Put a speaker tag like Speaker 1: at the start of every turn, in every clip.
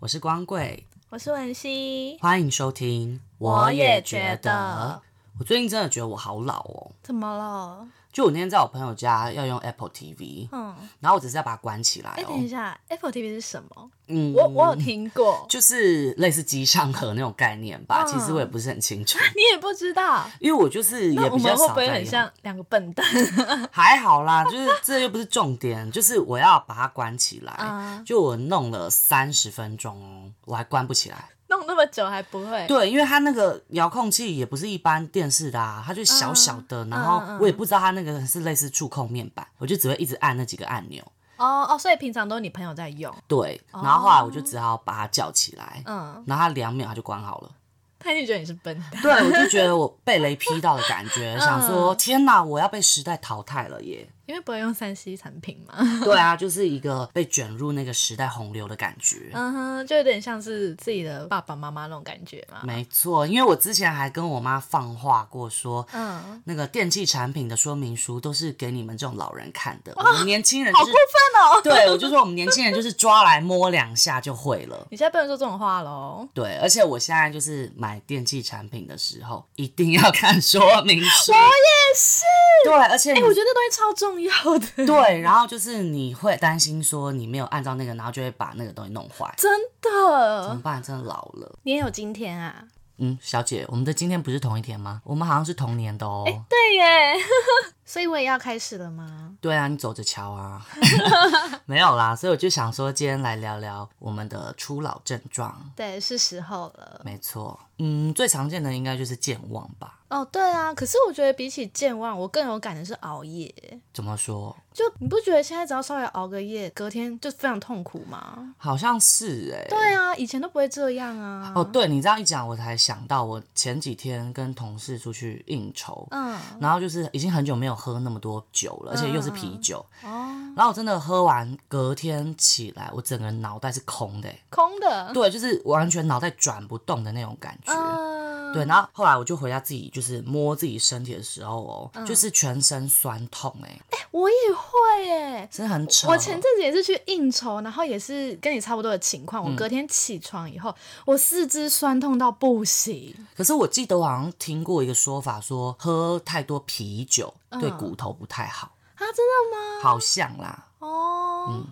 Speaker 1: 我是光贵，
Speaker 2: 我是文熙，
Speaker 1: 欢迎收听。
Speaker 2: 我也觉得，
Speaker 1: 我最近真的觉得我好老哦。
Speaker 2: 怎么了？
Speaker 1: 就我那天在我朋友家要用 Apple TV，
Speaker 2: 嗯，
Speaker 1: 然后我只是要把它关起来
Speaker 2: 哎、等一
Speaker 1: 哦。
Speaker 2: 下，Apple TV 是什么？
Speaker 1: 嗯，
Speaker 2: 我我有听过，
Speaker 1: 就是类似机上盒那种概念吧，
Speaker 2: 嗯
Speaker 1: 其实我也不是很清楚，
Speaker 2: 你也不知道。
Speaker 1: 因为我就是也
Speaker 2: 那我
Speaker 1: 比
Speaker 2: 们
Speaker 1: 较
Speaker 2: 会
Speaker 1: 少
Speaker 2: 不会
Speaker 1: 在
Speaker 2: 很
Speaker 1: 用
Speaker 2: 像两个笨蛋？
Speaker 1: 还好啦，就是这又不是重点，就是我要把它关起来。
Speaker 2: 啊
Speaker 1: 就我弄了三十分钟哦，我还关不起来。
Speaker 2: 弄那么久还不会？
Speaker 1: 对，因为它那个遥控器也不是一般电视的啊，它就小小
Speaker 2: 嗯
Speaker 1: 的，然后我也不知道它那个是类似触控面板，我就只会一直按那几个按钮。
Speaker 2: 哦哦，所以平常都是你朋友在用。
Speaker 1: 对，然后后来我就只好把它叫起来，
Speaker 2: 哦嗯，
Speaker 1: 然后它两秒它就关好了。
Speaker 2: 他一定觉得你是笨蛋。
Speaker 1: 对，我就觉得我被雷劈到的感
Speaker 2: 嗯
Speaker 1: 觉，想说天哪，我要被时代淘汰了 耶！
Speaker 2: 因为不会用三 C 产品嘛，
Speaker 1: 对啊，就是一个被卷入那个时代洪流的感觉。
Speaker 2: 嗯哼，就有点像是自己的爸爸妈妈那种感觉嘛。
Speaker 1: 没错，因为我之前还跟我妈放话过说。
Speaker 2: 嗯，
Speaker 1: 那个电器产品的说明书都是给你们这种老人看的，我们年轻人就
Speaker 2: 好
Speaker 1: 是
Speaker 2: 过分哦！
Speaker 1: 对我就说我们年轻人就是抓来摸两下就会了。
Speaker 2: 你现在不能说这种话喽。
Speaker 1: 对，而且我现在就是买电器产品的时候，一定要看说明书。我
Speaker 2: 也是，
Speaker 1: 对，而且你
Speaker 2: 哎、我觉得那东西超重要的。
Speaker 1: 对，然后就是你会担心说你没有按照那个，然后就会把那个东西弄坏，
Speaker 2: 真
Speaker 1: 怎么
Speaker 2: 的，
Speaker 1: 办？真的老了。
Speaker 2: 你也有今天啊？
Speaker 1: 嗯，小姐，我们的今天不是同一天吗？我们好像是同年的哦。
Speaker 2: 对耶， 所以我也要开始了吗？
Speaker 1: 对啊，你走着瞧啊。 没有啦，所以我就想说，今天来聊聊我们的初老症状。
Speaker 2: 对，是时候了。
Speaker 1: 没错，嗯，最常见的应该就是健忘吧？
Speaker 2: 哦，对啊，可是我觉得比起健忘，我更有感的是熬夜。
Speaker 1: 怎么说？
Speaker 2: 就你不觉得现在只要稍微熬个夜，隔天就非常痛苦吗？
Speaker 1: 好像是哎、
Speaker 2: 对啊，以前都不会这样啊。
Speaker 1: 哦，对你这样一讲，我才想到，我前几天跟同事出去应酬，
Speaker 2: 嗯，
Speaker 1: 然后就是已经很久没有喝那么多酒了，而且又是啤酒，
Speaker 2: 嗯哦，
Speaker 1: 然后我真的喝完，隔天起来，我整个脑袋是空的、欸，
Speaker 2: 空的。
Speaker 1: 对，就是完全脑袋转不动的那种感觉。
Speaker 2: 嗯，
Speaker 1: 对，然后后来我就回家自己就是摸自己身体的时候哦，
Speaker 2: 嗯
Speaker 1: 就是全身酸痛、欸，哎，
Speaker 2: 我也会耶。
Speaker 1: 真的很扯。
Speaker 2: 我前阵子也是去应酬，然后也是跟你差不多的情况。我隔天起床以后，我四肢酸痛到不行。
Speaker 1: 可是我记得我好像听过一个说法说喝太多啤酒
Speaker 2: 嗯
Speaker 1: 对骨头不太好，
Speaker 2: 啊，真的吗？
Speaker 1: 好像啦。
Speaker 2: 哦，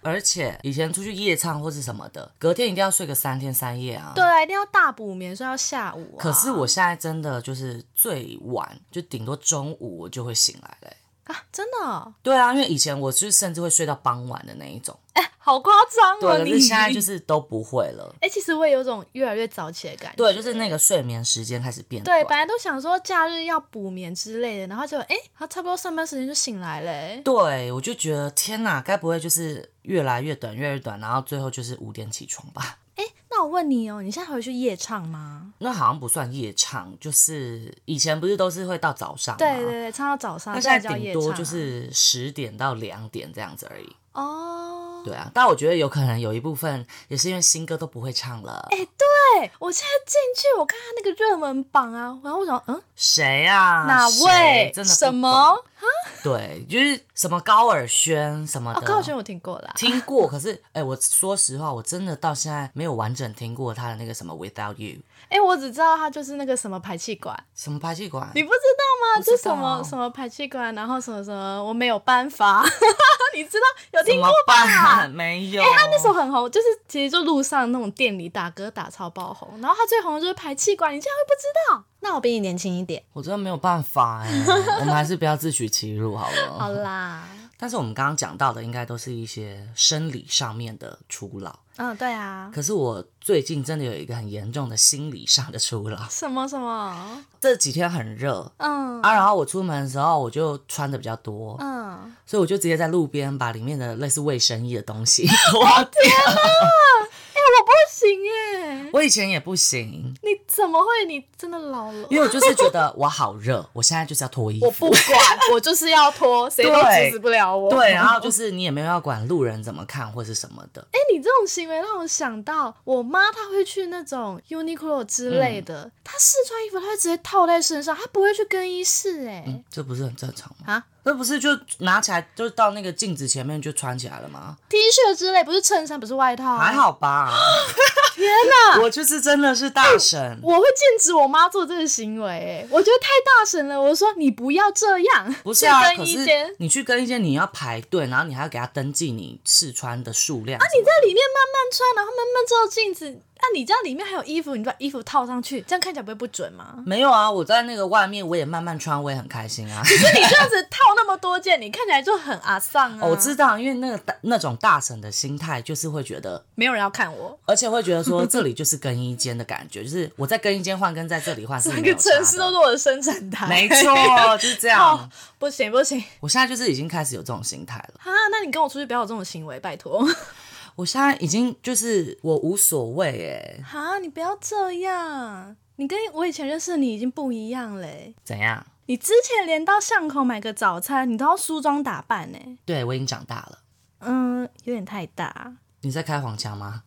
Speaker 1: 而且以前出去夜唱或是什么的，隔天一定要睡个三天三夜啊。
Speaker 2: 对。啊，一定要大补眠，睡到下午、啊。
Speaker 1: 可是我现在真的就是最晚就顶多中午我就会醒来嘞、欸
Speaker 2: 啊，真的哦、
Speaker 1: 对啊，因为以前我是甚至会睡到傍晚的那一种。
Speaker 2: 哎好夸张
Speaker 1: 哎对，
Speaker 2: 哦！
Speaker 1: 可
Speaker 2: 你
Speaker 1: 是现在就是都不会了。
Speaker 2: 哎、其实我也有种越来越早起的感觉。
Speaker 1: 对，就是那个睡眠时间开始变短。
Speaker 2: 对，本来都想说假日要补眠之类的，然后就哎，他、差不多上班时间就醒来了、哎
Speaker 1: 对，我就觉得天哪，该不会就是越来越短，越来越短，然后最后就是五点起床吧？
Speaker 2: 那我问你哦，你现在还会去夜唱吗？
Speaker 1: 那好像不算夜唱，就是以前不是都是会到早上吗？
Speaker 2: 对对啊对，唱到早上，
Speaker 1: 那
Speaker 2: 这样
Speaker 1: 现在
Speaker 2: 叫夜
Speaker 1: 顶
Speaker 2: 唱
Speaker 1: 多
Speaker 2: 啊
Speaker 1: 就是十点到两点这样子而已。
Speaker 2: 哦。
Speaker 1: 对啊，但我觉得有可能有一部分也是因为新歌都不会唱了。
Speaker 2: 对，哎我现在进去，我看他那个热门榜啊，然后我想，嗯，
Speaker 1: 谁啊？
Speaker 2: 哪位
Speaker 1: 谁？真的不
Speaker 2: 什
Speaker 1: 懂？
Speaker 2: 么？哦
Speaker 1: 对，就是什么高尔宣什么
Speaker 2: 哦
Speaker 1: 的。，
Speaker 2: 高晓轩我听过啦。
Speaker 1: 听过，可是哎、我说实话，我真的到现在没有完整听过他的那个什么 Without You，
Speaker 2: 哎，我只知道他就是那个什么排气管，
Speaker 1: 什么排气管
Speaker 2: 你。不知道吗？
Speaker 1: 不知
Speaker 2: 就
Speaker 1: 道
Speaker 2: 什么什么排气管，然后什么什么，我没有办法， 你知道有
Speaker 1: 怎
Speaker 2: 听
Speaker 1: 么
Speaker 2: 过吧？哎
Speaker 1: 办？没有。
Speaker 2: 他那时候很红，就是其实就路上那种店里打歌打超爆红，然后他最红的就是排气管，你竟然会不知道？那我比你年轻一点，
Speaker 1: 我真的没有办法 哎、我们还是不要自取其辱好了。
Speaker 2: 好啦，
Speaker 1: 但是我们刚刚讲到的，应该都是一些生理上面的初老。
Speaker 2: 嗯，对啊，
Speaker 1: 可是我最近真的有一个很严重的心理上的初老。
Speaker 2: 什么什么，
Speaker 1: 这几天很热
Speaker 2: 嗯
Speaker 1: 啊，然后我出门的时候我就穿的比较多，
Speaker 2: 嗯，
Speaker 1: 所以我就直接在路边把里面的类似卫生衣的东西 脱掉。
Speaker 2: 不行耶，
Speaker 1: 我以前也不行，
Speaker 2: 你怎么会？你真的老了。
Speaker 1: 因为我就是觉得我好热，我现在就是要脱衣服。
Speaker 2: 管，我就是要脱，谁
Speaker 1: 对
Speaker 2: 不了我
Speaker 1: 对，然后就是你也没有要管路人怎么看或是什么的。
Speaker 2: 哎、你这种行为让我想到，我妈她会去那种 Uniqlo 之
Speaker 1: 嗯
Speaker 2: 类的，她试穿衣服，她会直接套在身上，她不会去更衣室、哎、
Speaker 1: 嗯这不是很正常吗？
Speaker 2: 啊，
Speaker 1: 那不是就拿起来，就到那个镜子前面就穿起来了吗？
Speaker 2: T 恤之类，不是衬衫，不是外套，啊
Speaker 1: 还。好吧。
Speaker 2: 天哪，
Speaker 1: 我就是真的是大 神，
Speaker 2: 我会禁止我妈做这个行为、哎，我觉得太大声了。我说你不要这样，
Speaker 1: 不是啊？
Speaker 2: 去
Speaker 1: 可
Speaker 2: 更
Speaker 1: 是
Speaker 2: 衣间。
Speaker 1: 你去更衣间，你要排队，然后你还要给他登记你试穿的数量。啊，
Speaker 2: 你在里面慢慢穿，然后慢慢照镜子。啊，你这样里面还有衣服，你把衣服套上去，这样看起来不会不准吗？
Speaker 1: 没有啊？我在那个外面，我也慢慢穿，我也很开心啊。
Speaker 2: 那你这样子套那么多件，你看起来就很阿丧啊。
Speaker 1: 哦我知道，因为那个大那种大神的心态，就是会觉得，
Speaker 2: 没有人要看我，
Speaker 1: 而且会觉得说这里就是更衣间的感觉，就是我在更衣间换跟在这里换是
Speaker 2: 整
Speaker 1: 没
Speaker 2: 个
Speaker 1: 有
Speaker 2: 城
Speaker 1: 差
Speaker 2: 市都是
Speaker 1: 的。
Speaker 2: 我的生产台。
Speaker 1: 没 错，就是这样
Speaker 2: 哦。，不行不行
Speaker 1: 我现在就是已经开始有这种心态了。
Speaker 2: 啊！那你跟我出去不要有这种行为，拜托
Speaker 1: 我现在已经就是我无所谓哎，
Speaker 2: 啊！你不要这样，你跟我以前认识的你已经不一样嘞。
Speaker 1: 怎样？
Speaker 2: 你之前连到巷口买个早餐，你都要梳妆打扮呢、
Speaker 1: 对我已经长大了。
Speaker 2: 嗯，有点太大。
Speaker 1: 你在开黄腔吗？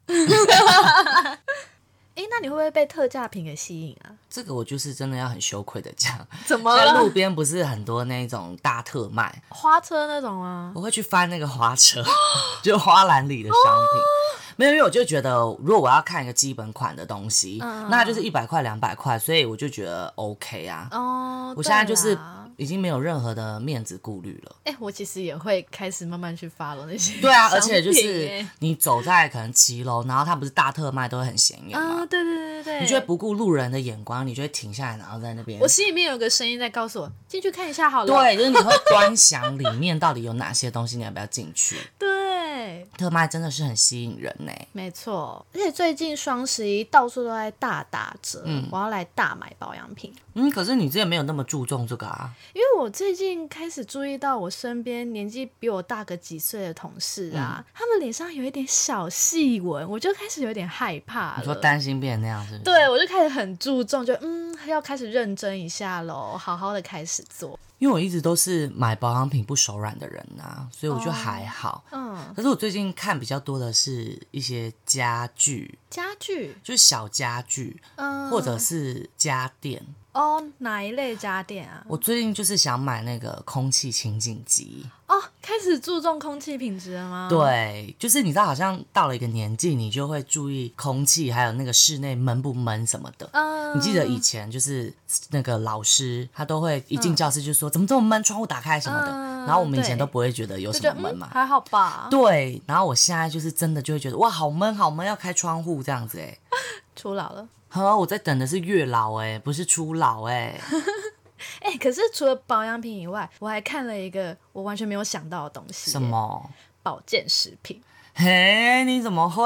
Speaker 2: 诶，那你会不会被特价品给吸引啊？
Speaker 1: 这个我就是真的要很羞愧的讲，
Speaker 2: 怎么
Speaker 1: 在路边不是很多那种大特卖，
Speaker 2: 花车那种啊？
Speaker 1: 我会去翻那个花车， 就花篮里的商品。没有，因为我就觉得，如果我要看一个基本款的东西，
Speaker 2: 嗯
Speaker 1: 那就是一百块、两百块，所以我就觉得 OK 啊。
Speaker 2: 哦，
Speaker 1: 我现在就是
Speaker 2: 对啦
Speaker 1: 已经没有任何的面子顾虑了。
Speaker 2: 诶，我其实也会开始慢慢去发了那些
Speaker 1: 对啊，而且就
Speaker 2: 商品
Speaker 1: 是
Speaker 2: 耶
Speaker 1: 你走在可能骑楼，然后它不是大特卖都会很显眼嘛，
Speaker 2: 啊，对对对对对，
Speaker 1: 你就会不顾路人的眼光，你就会停下来，然后在那边
Speaker 2: 我心里面有个声音在告诉我，进去看一下好了。
Speaker 1: 对，就是你会端详里面到底有哪些东西，你要不要进去？
Speaker 2: 对，
Speaker 1: 特卖真的是很吸引人呢、
Speaker 2: 没错。而且最近双十一到处都在大打折，我要来大买保养品，
Speaker 1: 嗯，可是你之前没有那么注重这个啊。
Speaker 2: 因为我最近开始注意到我身边年纪比我大个几岁的同事啊，他们脸上有一点小细纹，我就开始有点害怕
Speaker 1: 你说
Speaker 2: 了。
Speaker 1: 担心变成那样是不是？
Speaker 2: 对，我就开始很注重，就嗯，要开始认真一下喽，好好的开始做。
Speaker 1: 因为我一直都是买保养品不手软的人啊，所以我就还好。
Speaker 2: 嗯，
Speaker 1: 可是我最近看比较多的是一些家具，
Speaker 2: 家具，
Speaker 1: 就是小家具
Speaker 2: 嗯，
Speaker 1: 或者是家电。
Speaker 2: 哦，哪一类家电啊？
Speaker 1: 我最近就是想买那个空气清净机。
Speaker 2: 哦，开始注重空气品质了吗？
Speaker 1: 对，就是你知道，好像到了一个年纪，你就会注意空气，还有那个室内闷不闷什么的。
Speaker 2: 嗯，
Speaker 1: 你记得以前就是那个老师，他都会一进教室就说、怎么这么闷，窗户打开什么的。
Speaker 2: 嗯
Speaker 1: 然后我们以前
Speaker 2: 对
Speaker 1: 都不会觉得有
Speaker 2: 就
Speaker 1: 什
Speaker 2: 觉
Speaker 1: 么
Speaker 2: 得
Speaker 1: 闷
Speaker 2: 嗯
Speaker 1: 嘛。
Speaker 2: 还好吧，
Speaker 1: 对，然后我现在就是真的就会觉得哇，好闷，好闷，要开窗户这样子哎、 欸。
Speaker 2: 初老了。
Speaker 1: 呵，我在等的是月老哎、不是初老哎、
Speaker 2: 哎、可是除了保养品以外，我还看了一个我完全没有想到的东西，
Speaker 1: 什？ 么？
Speaker 2: 保健食品。
Speaker 1: 嘿，你怎么会？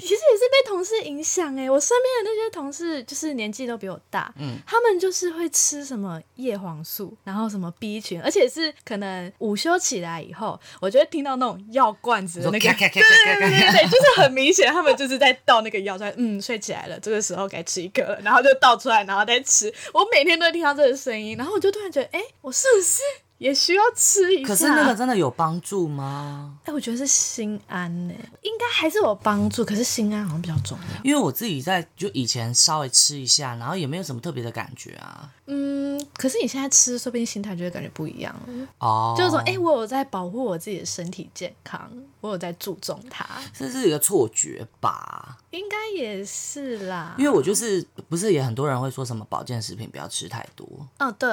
Speaker 2: 其实也是被同事影响哎、我身边的那些同事就是年纪都比我大，嗯，他们就是会吃什么叶黄素，然后什么 B 群，而且是可能午休起来以后，我就会听到那种药罐子
Speaker 1: 你
Speaker 2: 的
Speaker 1: 说
Speaker 2: 那个
Speaker 1: 咔咔咔咔 咔咔。
Speaker 2: 对，就是很明显，他们就是在倒那个药，在嗯睡起来了，这个时候该吃一颗了，然后就倒出来，然后再吃。我每天都会听到这个声音，然后我就突然觉得，哎、我是不是也需要吃一下？
Speaker 1: 可是那个，真的有帮助吗？
Speaker 2: 哎、我觉得是心安呢、应该还是有帮助，可是心安好像比较重要。
Speaker 1: 因为我自己在就以前稍微吃一下，然后也没有什么特别的感觉啊。
Speaker 2: 嗯，可是你现在吃，说不定心态就会感觉不一样了，
Speaker 1: 哦，
Speaker 2: 就是说，哎、我有在保护我自己的身体健康，我有在注重它，
Speaker 1: 这是一个错觉吧？
Speaker 2: 应该也是啦。
Speaker 1: 因为我就是不是也很多人会说什么保健食品不要吃太多，
Speaker 2: 嗯、对，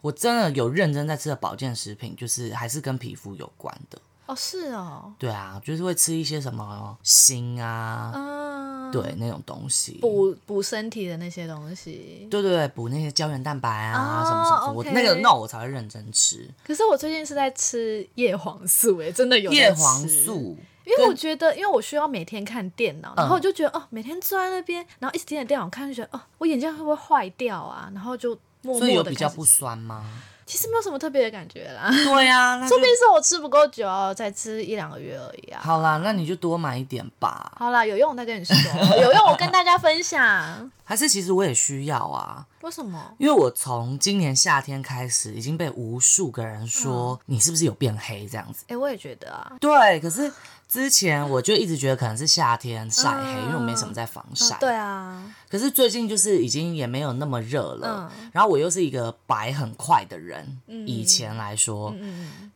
Speaker 1: 我真的有认真在吃的保健食品，就是还是跟皮肤有关的。
Speaker 2: 哦，是哦，
Speaker 1: 对啊，就是会吃一些什么锌啊，
Speaker 2: 嗯，
Speaker 1: 对那种东西。
Speaker 2: 补补身体的那些东西。
Speaker 1: 对对对，补那些胶原蛋白啊，
Speaker 2: 哦
Speaker 1: 什么什么，我
Speaker 2: OK
Speaker 1: 那个那我才会认真吃。
Speaker 2: 可是我最近是在吃叶黄素、欸，哎，真的有在
Speaker 1: 叶黄
Speaker 2: 吃。
Speaker 1: 素，嗯
Speaker 2: 因为我觉得，因为我需要每天看电脑，然后我就觉得、哦，每天坐在那边，然后一直盯着电脑看，就觉得哦，我眼睛会不会坏掉啊？然后就默
Speaker 1: 所以有
Speaker 2: 默的
Speaker 1: 比较不酸吗？
Speaker 2: 其实没有什么特别的感觉 啦。
Speaker 1: 对呀、啊，那就
Speaker 2: 说不定是我吃不够久，才吃一两个月而已啊。
Speaker 1: 好啦，那你就多买一点吧。
Speaker 2: 好啦，有用我再跟你说，有用我跟大家分享。
Speaker 1: 还是其实我也需要啊，
Speaker 2: 为什么？
Speaker 1: 因为我从今年夏天开始，已经
Speaker 2: 嗯
Speaker 1: 被无数个人说、你是不是有变黑这样子。
Speaker 2: 哎、我也觉得啊，
Speaker 1: 对，可是之前我就一直觉得可能是夏天晒
Speaker 2: 嗯
Speaker 1: 黑，因为我没什么在防晒。
Speaker 2: 对啊，。
Speaker 1: 可是最近就是已经也没有那么热了，然后我又是一个白很快的人，以前来说，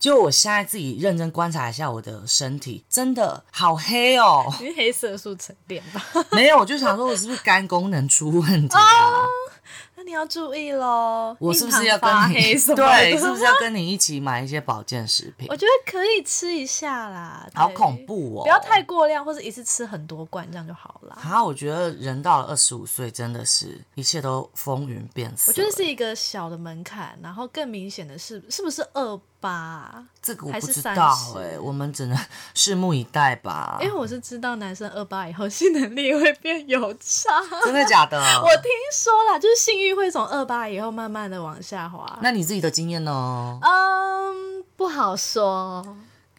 Speaker 1: 就我现在自己认真观察一下我的身体，真的好黑哦
Speaker 2: 你是黑色素沉淀吧？
Speaker 1: 没有，我就想说我是不是肝功能出问题
Speaker 2: 哦
Speaker 1: 啊？
Speaker 2: 那你要注意喽，
Speaker 1: 我是不是
Speaker 2: 印
Speaker 1: 要
Speaker 2: 堂
Speaker 1: 跟
Speaker 2: 发
Speaker 1: 你
Speaker 2: 黑什么的？
Speaker 1: 对，是不是要跟你一起买一些保健食品
Speaker 2: 我？觉得可以吃一下啦，对
Speaker 1: 好恐、怖哦！
Speaker 2: 不要太过量，或者一次吃很多罐，这样就好啦。
Speaker 1: 啊！我觉得人到了二十五岁，真的是一切都风云变色。
Speaker 2: 我觉得是一个小的门槛，然后更明显的是，是不是二八啊？
Speaker 1: 这个我
Speaker 2: 还
Speaker 1: 不
Speaker 2: 是
Speaker 1: 知
Speaker 2: 30
Speaker 1: 道哎、我们只能拭目以待 吧。
Speaker 2: 因为我是知道男生二八以后性能力会变 有差，
Speaker 1: 真的假的？
Speaker 2: 我听说啦，就是性欲会从二八以后慢慢的往下滑。
Speaker 1: 那你自己的经验呢？
Speaker 2: 嗯，不好说，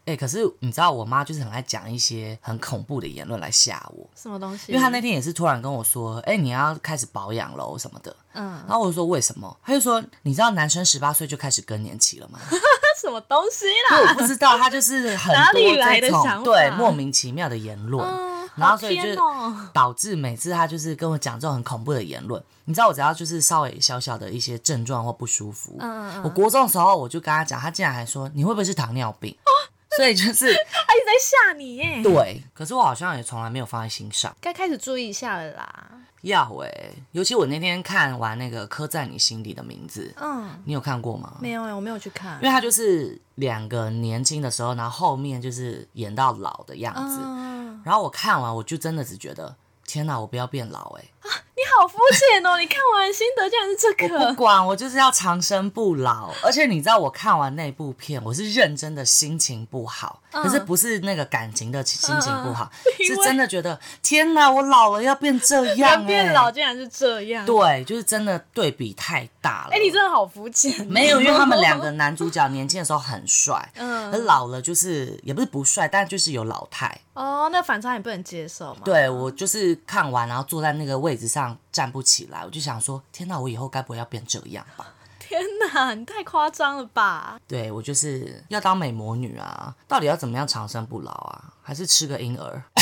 Speaker 1: 哎、可是你知道，我妈就是很爱讲一些很恐怖的言论来吓我，
Speaker 2: 什么东西？
Speaker 1: 因为她那天也是突然跟我说：“哎、你要开始保养喽什么的。”
Speaker 2: 嗯，
Speaker 1: 然后我就说：“为什么？”她就说：“你知道男生十八岁就开始更年期了吗？”
Speaker 2: 那什么东西
Speaker 1: 因为
Speaker 2: 啦？
Speaker 1: 我不知道，他就是很
Speaker 2: 哪
Speaker 1: 多
Speaker 2: 里来
Speaker 1: 这
Speaker 2: 的
Speaker 1: 种
Speaker 2: 想法
Speaker 1: 对莫名其妙的言论，
Speaker 2: 嗯
Speaker 1: 然后
Speaker 2: 好
Speaker 1: 所以
Speaker 2: 偏
Speaker 1: 就
Speaker 2: 哦
Speaker 1: 导致每次他就是跟我讲这种很恐怖的言论。你知道，我只要就是稍微小小的一些症状或不舒服，
Speaker 2: 嗯嗯
Speaker 1: 我国中的时候我就跟他讲，他竟然还说你会不会是糖尿病？所以就是
Speaker 2: 他一直在吓你耶，
Speaker 1: 对，哎可是我好像也从来没有放在心上。
Speaker 2: 该开始注意一下了啦。
Speaker 1: 要哎、尤其我那天看完那个刻在你心底的名字，
Speaker 2: 嗯，
Speaker 1: 你有看过吗？
Speaker 2: 没有耶，我没有去看
Speaker 1: 因。为他就是两个年轻的时候，然后后面就是演到老的样子。
Speaker 2: 嗯，
Speaker 1: 然后我看完，我就真的只觉得，天哪，我不要变老哎、
Speaker 2: 你好肤浅哦！你看完心得竟然是这
Speaker 1: 我不
Speaker 2: 个，
Speaker 1: 管，我就是要长生不老。而且你知道，我看完那部片，我是认真的心情不好，
Speaker 2: 嗯
Speaker 1: 可是不是那个感情的心情不好，
Speaker 2: 因
Speaker 1: 是
Speaker 2: 为
Speaker 1: 真的觉得，天哪，我老了要变这样、
Speaker 2: 人
Speaker 1: 欸，
Speaker 2: 变老。竟然是这样。，
Speaker 1: 对，就是真的对比太大了。
Speaker 2: 哎，你真的好肤浅哦。
Speaker 1: 没有，因为他们两 个男主角年轻的时候很帅，嗯，可是老了就是也不是不帅，但就是有老态。
Speaker 2: 哦，那反差你不能接受嘛？
Speaker 1: 对我就是看完，然后坐在那个位置上站不起来，我就想说，天哪，我以后该不会要变这样吧？
Speaker 2: 天哪，你太夸张了吧！
Speaker 1: 对我就是要当美魔女啊！到底要怎么样长生不老啊？还是吃个婴儿？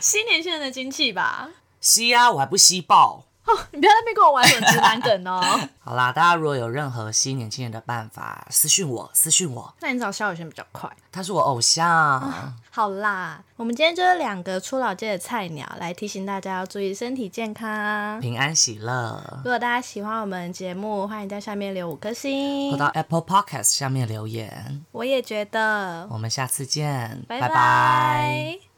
Speaker 2: 吸年轻人的精气吧。
Speaker 1: 吸啊，我还不吸爆！
Speaker 2: 哦，你不要在那边跟我玩什么直男梗哦。
Speaker 1: 好啦，大家如果有任何吸年轻人的办法，私讯我，私讯我，
Speaker 2: 那你找萧雨轩比较快。
Speaker 1: 他是我偶像。
Speaker 2: 好啦，我们今天就是两个初老界的菜鸟，来提醒大家要注意身体健康。
Speaker 1: 平安喜乐，
Speaker 2: 如果大家喜欢我们节目，欢迎在下面留五颗
Speaker 1: 或
Speaker 2: 星
Speaker 1: 到。Apple Podcast 下面留言。
Speaker 2: 我也觉得，
Speaker 1: 我们下次见，
Speaker 2: 拜
Speaker 1: 拜拜
Speaker 2: 拜